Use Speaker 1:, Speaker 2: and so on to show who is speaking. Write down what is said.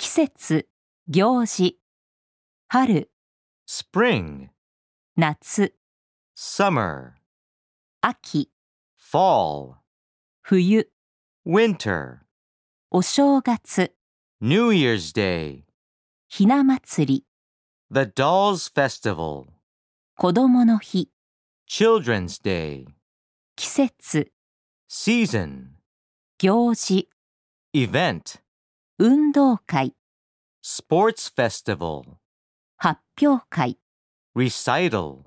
Speaker 1: 節、行事。春、
Speaker 2: spring,
Speaker 1: 夏、
Speaker 2: summer,
Speaker 1: 秋、
Speaker 2: fall,
Speaker 1: 冬、
Speaker 2: winter,
Speaker 1: お正月、
Speaker 2: New Year's Day,
Speaker 1: ひな祭り、
Speaker 2: the Dolls Festival,
Speaker 1: 子供の日、
Speaker 2: Children's Day,
Speaker 1: 季節、
Speaker 2: season,
Speaker 1: 行事、
Speaker 2: event,
Speaker 1: 運動会、
Speaker 2: sports festival,
Speaker 1: 発表会。
Speaker 2: recital.